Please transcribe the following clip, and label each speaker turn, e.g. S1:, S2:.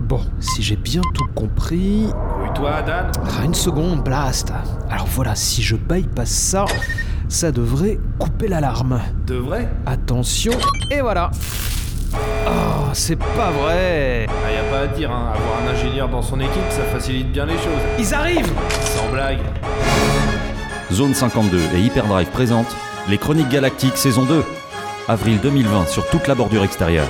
S1: Bon, si j'ai bien tout compris.
S2: Rouille-toi, Dan
S1: Ah, une seconde, blast. Alors voilà, si je bypass ça, ça devrait couper l'alarme.
S2: De vrai
S1: Attention, et voilà. Ah, c'est pas vrai.
S2: Ah, y a pas à dire, hein. Avoir un ingénieur dans son équipe, ça facilite bien les choses.
S1: Ils arrivent
S2: Sans blague.
S3: Zone 52 et Hyperdrive présentent les Chroniques Galactiques saison 2, avril 2020 sur toute la bordure extérieure.